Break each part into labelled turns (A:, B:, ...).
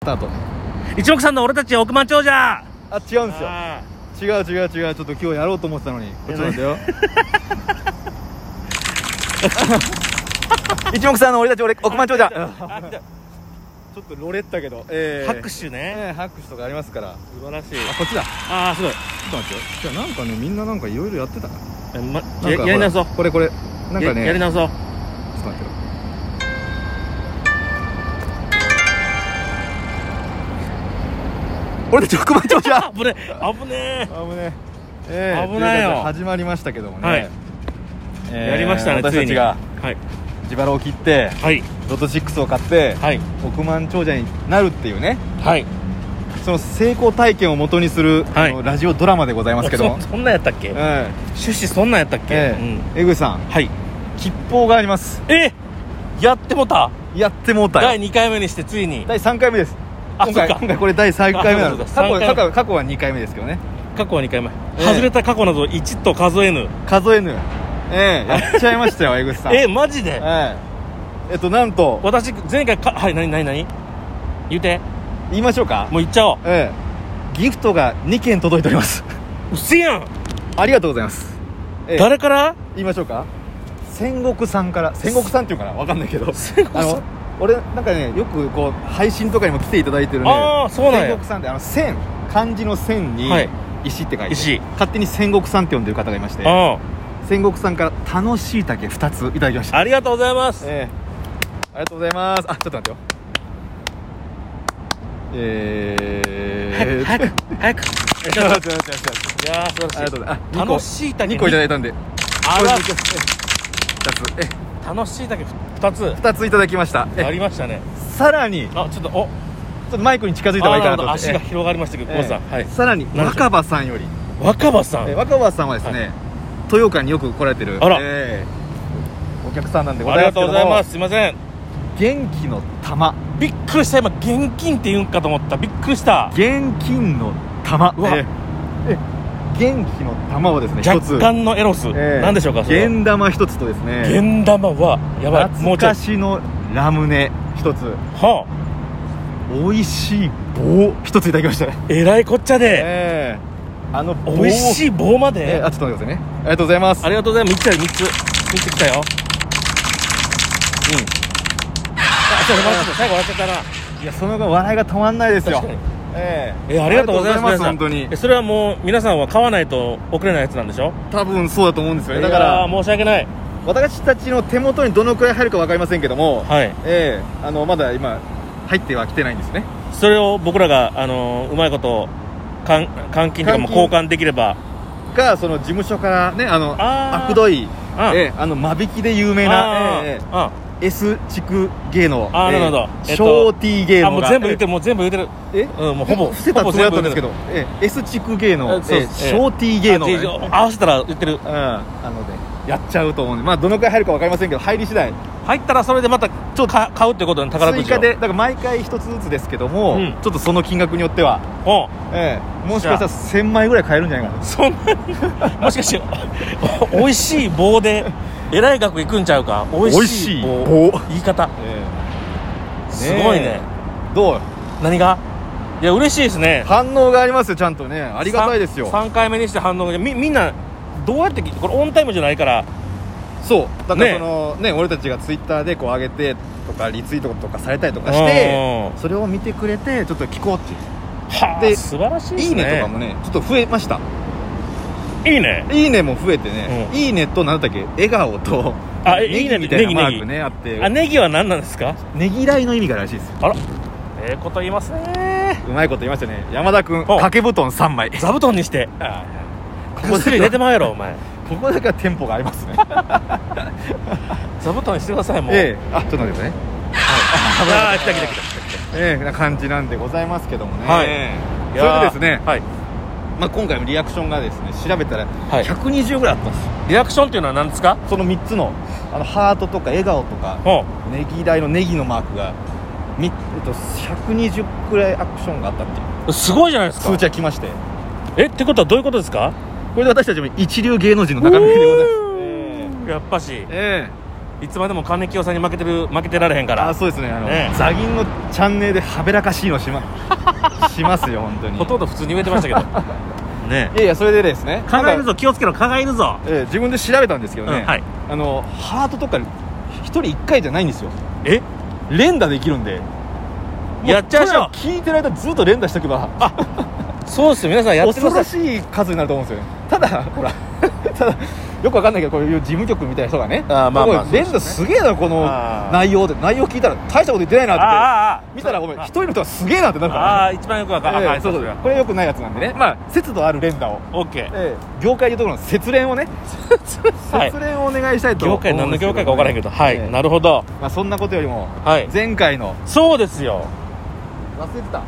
A: タート
B: 一目散の俺たち億万長者
A: あ違うんですよ
B: あ
A: 違う違う違うちょっと今日やろうと思ってたのにこっちなんだよ 一目散の俺たち俺億万長者
B: ーあ
A: ちょっとロレったけど、 えー、
B: 拍手ね
A: えー拍手とかありますからあ
B: 素晴らしい
A: こっちだ
B: ああすごい
A: ちょっと待ってよじゃあなんかねみんななんかいろいろやってたな
B: えま
A: んか
B: や
A: ほら
B: やり直そう
A: これこれなんか
B: ややり
A: ね
B: 直そ
A: ち
B: う
A: ょっと待ってよ俺たち億万長者
B: あ危ねえ危ね
A: 危ねえええ
B: 危ないよ
A: とうことで始まりましたけどもね、
B: はい
A: え
B: え
A: え
B: やりましたね
A: 私
B: つ
A: た
B: い
A: ち
B: に
A: が
B: はい
A: 自腹を切って
B: はい
A: ロト6を買って
B: はい
A: 億万長者になるっていうね
B: はい
A: その成功体験をもとにする、
B: はい
A: あのラジオドラマでございますけども
B: そそんなんやったっけ
A: ええ
B: 趣旨そんなんやったっけ、
A: ええ
B: うん
A: 江口さん
B: はい
A: 吉報があります
B: えやってもた
A: やってもうた
B: 第
A: よ
B: 2回目にしてついに
A: 第3回目です
B: あ
A: 今回
B: そっか
A: 今回これ第3回目なの
B: あ
A: 過
B: そうだ
A: 去
B: 三回目
A: 過去過去は2回目ですけどね
B: 過去は2回目、
A: ええ
B: 外れた過去など1と数えぬ
A: 数えぬええやっちゃいましたよ江口さん
B: えマジで
A: えええっとなんと
B: 私前回かはい何何何言うて
A: 言いましょうか
B: もう言っちゃおう
A: ええギフトが2件届いております
B: うっせやん、
A: ありがとうございます、ええ
B: 誰から
A: 言いましょうか戦国さんから戦国さんっていうかなわかんないけど
B: 戦国
A: あ
B: さ
A: の
B: ん
A: 俺なんかねよくこう配信とかにも来ていただいてるね
B: あーそうなん
A: 戦
B: や
A: 国さんってあの線漢字の線に
B: はい
A: 石って書いて、
B: 石
A: 勝手に戦国さんって呼んでる方がいまして
B: あ
A: 戦国さんから楽しいたけ2ついただきました
B: ありがとうございます
A: ええありがとうございますあちょっと待ってよえー、
B: 早く早く
A: ちょっと待って待って待って待って
B: いやー素
A: ありが
B: 晴らし
A: とう
B: い
A: ございますあ
B: 楽しいだけ
A: 2個いただいたんで
B: あ
A: これ
B: ら
A: 二個ええ二つえ
B: 楽しいだけ2つ
A: え2ついただきましたえ
B: ありましたね
A: えさらにち
B: あちょっとお
A: ょっとマイクに近づいた方がいいか
B: あ
A: な
B: の
A: と思って
B: 足が広がりましたけどコウさん、はい
A: さらに
B: 何でしょう
A: 若葉さんより、
B: 若葉さん
A: えー若葉さんはですね、豊岡によく来られてる
B: あら
A: えーお客さんなんでご
B: あ
A: ざ
B: り
A: います
B: が
A: けど
B: とうご
A: も
B: ざいますすいません
A: 元気の玉
B: びっくりした今現金って言うんかと思ったびっくりした
A: 現金の玉
B: うわ
A: えーえー元気の玉をですね一
B: 若
A: つ
B: 干のエロス、なん
A: えー
B: 何でしょうかそれは
A: 現玉一つとですね
B: 現玉はやばい
A: 懐
B: もうちょい
A: かしのラムネ一つ
B: は
A: 美味しい棒一ついただきましたね
B: あえらいこっちゃで、
A: ええあの棒
B: 美味しい棒まで、
A: えーあちょっと待ってくださいねありがとうございます
B: ありがとうございます3つある3つ3つきたよ
A: うん
B: あちょっと待ってちょっと最後笑っちゃったない
A: やその後笑いが止まんないですよ
B: 確かに
A: ええ
B: えありがとうござ
A: ありが
B: います
A: とうございます本当
B: え
A: に
B: それはもう皆さんは買わないと送れないやつなんでしょ
A: 多分そうだと思うんですよねだか
B: いや
A: ら
B: ー申し訳ない
A: 私たちの手元にどのくらい入るか分かりませんけども、
B: はい
A: ええあのまだ今入ってはきてないんですね
B: それを僕らがあのーうまいこと換換金とかも
A: 換金
B: 交換できれば
A: がその事務所からねあの
B: あー
A: あくどい
B: あ
A: ええあの間引きで有名な
B: あ、ー
A: ええ
B: あ
A: S 地区芸能
B: あー
A: ええ
B: なるほどえっと
A: ショーティー芸
B: ー
A: 能
B: あもう
A: が
B: 全部言ってるもう全部言ってる
A: ええ
B: うんもうほぼ
A: 伏せた
B: ほぼ
A: つもりだったんです
B: 全
A: けど、
B: 部
A: ええ S 地区芸能、
B: あそ
A: え
B: う
A: え
B: ですええ
A: ショーティー芸能がね、
B: あじゃあ合わせたら言ってる
A: うん、あのねやっちゃうと思うんでまあどのくらい入るか分かりませんけど入り次第
B: 入ったらそれでまたちょっとか買うってことに宝く
A: 追
B: じを
A: 加でだから毎回一つずつですけども、
B: うん
A: ちょっとその金額によっては、
B: おう
A: ええ、もしかしたら1000枚ぐらい買えるんじゃないかな
B: そんなにもしかしてお美味しい棒でえらい額いくんちゃうか美味しい棒
A: 棒
B: 言い方
A: え
B: すごい
A: え
B: ね
A: どう
B: 何がいや嬉しいですね
A: 反応がありますよちゃんとねあ
B: あ
A: りがたいですよ
B: 3, 回目にして反応がみみんなどうやって聞いてこれオンタイムじゃないから
A: そうだか
B: ね
A: らそのね俺たちがツイッターでこう上げてとかリツイートとかされたりとかして
B: うん
A: それを見てくれてちょっと聞こうっていう
B: はあ
A: で
B: 素晴らしいで
A: い
B: す
A: い
B: ね
A: ねとかもねちょっと増えました
B: いいね
A: いいねも増えてね、
B: うん
A: いいねと何だっけ笑顔と
B: あえ
A: ネ
B: いいね
A: ギみたいなマ
B: ネギネギ
A: ークねあって
B: あネギは何なんですか
A: ねぎらいの意味があるらしいです
B: あらええこと言いますね
A: うまいこと言いましたね山田君
B: ん
A: 掛け布団3枚
B: 座布団にして
A: こ
B: ぐっ すり寝てまうやろお前
A: ここだけはテンポがあり ますね
B: 座布団にしてくださいもう、
A: ええあちょっと待ってくださいね
B: ああ来た来た来た
A: ええな感じなんでございますけどもね、
B: はい
A: そ
B: い
A: れで
B: やー
A: ですね、
B: はい
A: まあ、今回のリアクションがですね調べたら
B: はい
A: 120ぐらいあったんですよ、
B: リアクションっていうのは何ですか
A: その3つのあのハートとか笑顔とか
B: ほ
A: ネギ台のネギのマークがみ、えっと、120くらいアクションがあったみたいな
B: うすごいじゃないですか
A: 通知が来まして
B: えってことはどういうことですか
A: これで私たちも一流芸能人の高めでございます
B: うーんやっぱし
A: えええ
B: いつまでも金清さんに負けてる負けてられへんか
A: あ
B: ら
A: そうですねあの
B: ね
A: ザギンのチャンネルではべらかしいの しましますよ本当に
B: ほとんど普通に言えてました けどね
A: いやいやそれでですね
B: 考える
A: なんか
B: ぞ気をつけろ考えるぞ
A: えー自分で調べたんですけどね、
B: うんはい
A: あのハートとか一人一回じゃないんですよ
B: え
A: 連打できるんでも
B: やっちゃいましょう
A: とにかく聞いてる間ずっと連打しておけば
B: そうっすよ皆さんやってく
A: 恐ろ
B: ださい
A: しい数になると思うんですよねただほらただよくわかんないけどこういう事務局みたいな人がね
B: あーまあまあ
A: ここ連打すげえなこの
B: あー
A: 内容で内容聞いたら大したこと言ってないな
B: あ
A: って
B: あああ
A: 見たらごめん
B: あ
A: 一人の人がすげえなってなるから、
B: ああ一番よくわかる、
A: ええ
B: あはい
A: そ
B: そうう
A: そ
B: そうう
A: これよくないやつなんでねまあ節度ある連打を、
B: オッケー
A: ええ業界でいうところの節連をね
B: はい
A: 節連をお願いしたいと思
B: 業
A: うんですけ
B: 界
A: ど
B: 何の業界か分からへんけどはい、
A: ええ
B: なるほど
A: まあ、そんなことよりも
B: はい
A: 前回の
B: そうですよ、
A: 忘れてた、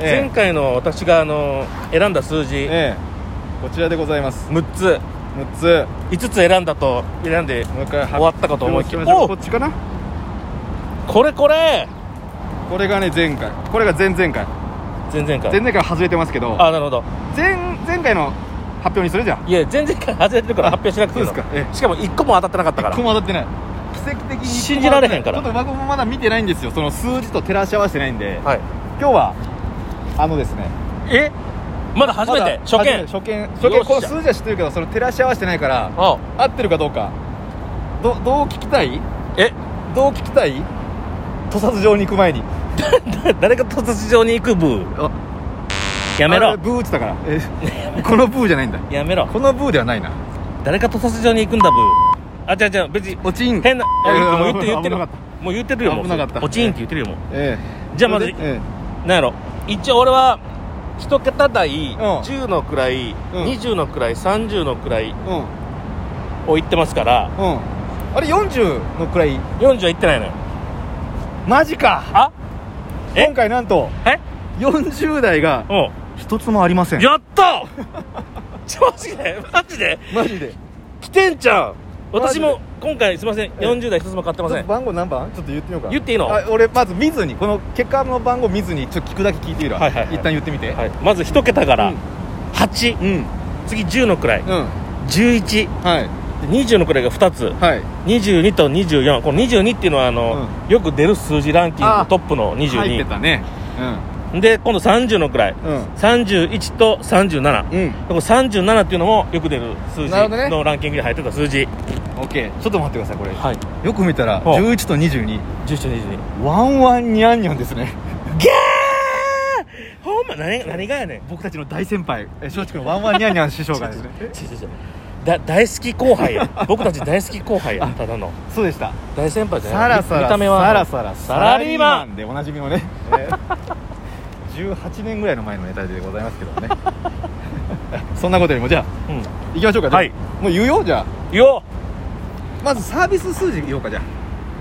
B: 前回の私があの選んだ数字、
A: ええこちらでございます
B: 6つ
A: 6つ
B: 5つ選んだと選んで
A: もう一回発
B: 終わったかと思いきや
A: 表しましょう
B: お
A: こっちかな
B: これこれ
A: これがね前回これが前々回
B: 前々回
A: 前々回外れてますけど
B: あなるほど
A: 前前回の発表にするじゃん
B: いや前々回外れてるから発表しなくていい
A: そ
B: の
A: うですかええ
B: しかも1個も当たってなかったか
A: 一個
B: ら
A: も当たってない奇跡的に一個も当たってない
B: 信じられへんから
A: ちょっと僕もまだ見てないんですよその数字と照らし合わせてないんで
B: はい
A: 今日はあのですね
B: えまだ初め
A: まだ
B: て初見
A: 初見初見
B: よっしゃ
A: この数字は知ってるけどその照らし合わせてないから
B: あ
A: 合ってるかどうかどどう聞きたい
B: え
A: どう聞きたい屠殺場に行く前に
B: 誰が突然上に行くブー
A: あ
B: やめ
A: あれ
B: ろ
A: ブー打ちたからえこのブーじゃないんだ
B: やめろ
A: このブーではないな
B: 誰が突殺場に行くんだブーあ違う違う別に
A: 落ちん
B: 変なあ
A: いやいや
B: もう言って言ってる
A: 危な
B: も
A: かっ
B: う言ってるよもう
A: 危なかった
B: ポチンって言ってるよもう
A: ええ
B: じゃあまず
A: それでえ
B: なんやろ一応俺は一桁台、10の位、
A: うん
B: 20の位30の位
A: えうん
B: を言ってますから
A: うんあれ40のくらい
B: 40は行ってないのよ
A: マジか
B: あえ
A: 今回なんと
B: え
A: 40代が
B: おう
A: 一つもありません
B: やった ちょマジでマジで
A: マジで
B: 来てんちゃん私
A: マ
B: も今回すいません
A: え
B: 40代一つも買ってま
A: ち
B: せ
A: ょっ
B: ん
A: と番号何番ちょっと言ってみようか
B: 言っていいの
A: あ俺まず見ずにこの結果の番号見ずにちょっと聞くだけ聞いてみるわ
B: はいはいはい
A: 一旦言ってみて
B: はい、まず一桁から、
A: うん
B: 8
A: うん
B: 次10の位
A: うん
B: 11
A: はい
B: で20の位が2つ
A: はい
B: 22と24この22っていうのはあの、よく出る数字ランキング
A: あ
B: トップの
A: 入って
B: 22
A: たね
B: で今度30の位
A: うん
B: 31と37
A: うんうん
B: この37っていうのもよく出る数字
A: なるほどね
B: のランキングに入ってた数字、
A: オッケーちょっと待ってくださいこれ
B: はい
A: よく見たら
B: ほう
A: 11と22
B: 11と22
A: ワンワンニャンニャンですね
B: ギャーほんま何が何がやねん
A: 僕たちの大先輩え松竹のワンワンニャンニャン師匠がですね
B: ちょちょちょだ大好き後輩や僕たち大好き後輩やただの
A: そうでした
B: 大先輩じゃな
A: さら
B: い
A: さら
B: 見た目は
A: さらさら
B: サラリーマン
A: ンでおなじみのね えー18年ぐらいの前のネタでございますけどね そんなことよりもじゃあ
B: うん
A: 行きましょうか
B: はい
A: もう言うよじゃあ
B: よ
A: まずサービス数字言おうかじゃ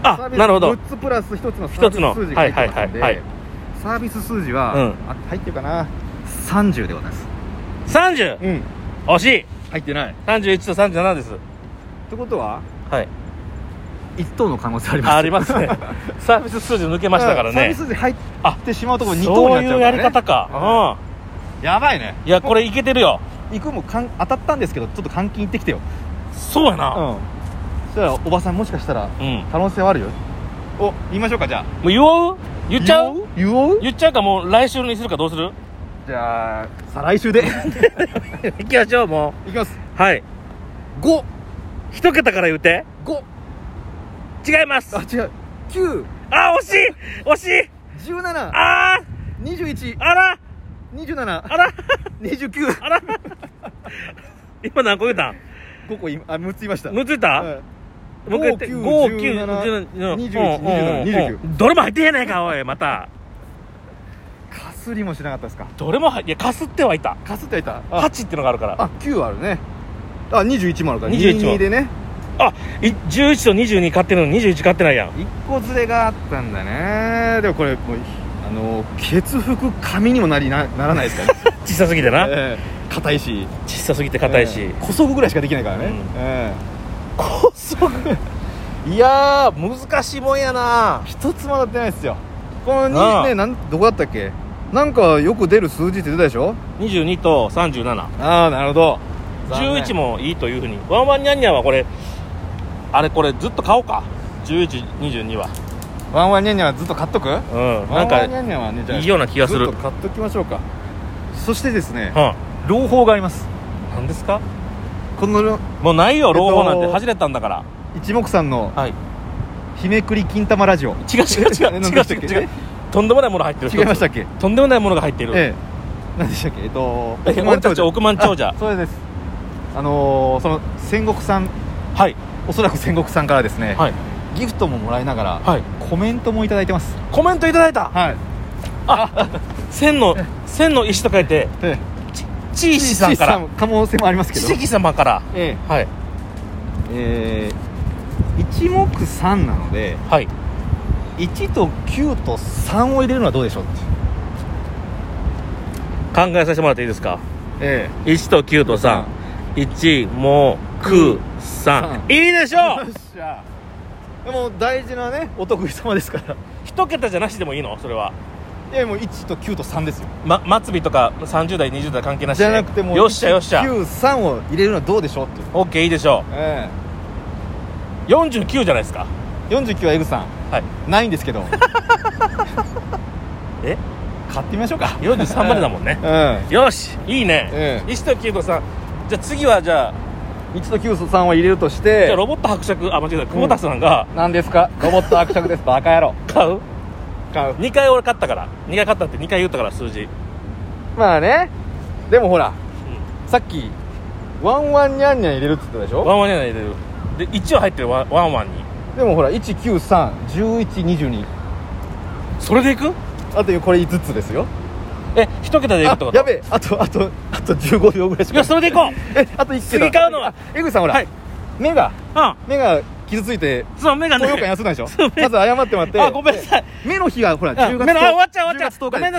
A: あサー
B: あ
A: ビス
B: なるほど
A: 6つプラス1つのサ
B: 一つの
A: ービス数字が入ってますんで、
B: はいはいはいはい
A: サービス数字は、
B: うん
A: あ入ってるかな30でございます
B: 30
A: うん
B: 惜しい
A: 入ってない
B: 31と37です
A: ってことは
B: はい
A: 1等の可能性あります
B: あります ねサービス数字抜けましたから
A: サービ
B: ね
A: ス数字入ってしまうとこ2等に
B: そ
A: な
B: う
A: っち
B: い
A: ゃう
B: う
A: か
B: や
A: ら、ね、
B: り方か
A: うんやばいね
B: うんいやこれいけてるよ
A: 行くもかん当たったんですけどちょっと換金行ってきてよ
B: そうや
A: うん
B: な
A: そしたらおばさんもしかしたら
B: うんも
A: 可能性はあるよお言いましょうかじゃあ
B: う言おう言っちゃう
A: 言おう
B: 言っちゃうかもう来週にするかどうする
A: じゃあ再来 週で
B: 行きましょうも
A: いきます
B: うはい
A: 55
B: 一桁から言うて違います
A: あ違う9
B: あ惜しい惜しい
A: 17
B: あ
A: 21
B: ああら
A: 27
B: あら
A: 29
B: あら今何個言うたん
A: ここ今あ6つ言いました
B: むついた、
A: はい
B: もう一回言って
A: 5
B: 5、
A: 9
B: 9、
A: 17 21 29
B: 27どれも入ってへんやないかおいまた
A: かすりもしなかったですか
B: どれも入いやかすってはいた
A: かすって言った
B: 8っていうのがあるから
A: あ九9あるねあ21もあるから
B: 21も
A: 22でね
B: あい11と22買ってるのに21買ってないやん
A: 一個ずれがあったんだねでもこれもうあの血服紙にもなりなならないですからね
B: 小さすぎてな、
A: ええ硬いし
B: 小さすぎて硬いし、
A: ええこそぐぐらいしかできないからね、
B: うん
A: え
B: こそぐいやー難しいもんやな
A: え一つも当たってないですよこの
B: あ
A: に
B: あ
A: ねなんどこだったっけなんかよく出る数字って出たでしょ
B: 22と3711
A: ああなるほど残念
B: もいいというふうにワンワンニャンニャンはこれあれこれずっと買おうか1122は
A: ワンワンニャンニャンはずっと買っとく
B: うん
A: ワ
B: な
A: ン
B: ん
A: ワ
B: か
A: ンニャンニャンはねじゃあ
B: いいような気がする
A: ずっと買っときましょうかそしてですね
B: は
A: 朗報があります
B: ん何ですか
A: この
B: もうないよ
A: えっと
B: 朗報なんて走れたんだから
A: 一目散の
B: はい
A: 「日めくり金玉ラジオ」
B: 違う違う違う違
A: え
B: う
A: 何でしたっけ
B: 違う違うとんでもないもの入ってる
A: 違いましたっ
B: 一
A: け
B: つとんでもないものが入っている、
A: ええ何でしたっけえっと
B: え俺たち億万長者
A: あそうですあのーその戦国さん
B: はい
A: おそらく戦国さんからですね、
B: はい
A: ギフトももらいながら、
B: はい
A: コメントもいただいてます
B: コメントいただいた
A: はい
B: 千の千の石と書いて
A: え
B: ちい
A: え
B: しさんから
A: 可能性もありますけ
B: ち
A: ど
B: しき様から
A: え
B: はい
A: えええ一目三なので
B: はい
A: 1と9と3を入れるのはどうでしょうって
B: 考えさせてもらっていいですか
A: え
B: 1と9と31もく
A: さ
B: 3
A: ん
B: いいでし
A: えよ
B: ょう
A: っしゃでも大事なねお得意様ですから
B: 一桁じゃなしでもいいのそれはい
A: やもう1と9と3ですよ
B: ま末尾とか30代20代関係なし
A: じ
B: で
A: ゃなくてもう
B: よっしゃよっしゃ
A: 93を入れるのはどうでしょうっていう
B: オッケーいいでしょ
A: え
B: う49じゃないですか
A: え49はエグさ
B: はい
A: んないんですけ ど
B: え
A: 買ってみましょうか
B: 43までだもんね
A: うん
B: よしいいね
A: え
B: 1と9と3じゃあ次はじゃあ
A: 1と9と3を入れるとして
B: じゃあロボット伯爵あ間違えた久保田さんが
A: 何ですかロボット伯爵ですバカ野郎
B: 買う
A: 買う
B: 2回俺勝ったから2回勝ったって2回言ったから数字
A: まあねでもほら、さっきワンワンニャンニャン入れるって言ったでしょ
B: ワンワンには入れるで1は入ってるワンワンワンに
A: でもほら19311122
B: それでいく
A: あとこれ5つですよ
B: え一桁でいくって
A: あ
B: こと
A: やべえあとあとあと15秒ぐらいし
B: い
A: か
B: やそれでいこう
A: えあと1桁
B: 次買うのは
A: あ江口さんほら、
B: はい
A: 目が
B: うん
A: 目が傷ついて
B: その目が
A: 東洋
B: ね
A: 館休んだでしょまず謝ってもらって
B: あごめんなさい
A: 目の日はほら
B: あ
A: 10月
B: 目のあ終わっちゃう終わっちゃう
A: 10月10日
B: ごめんな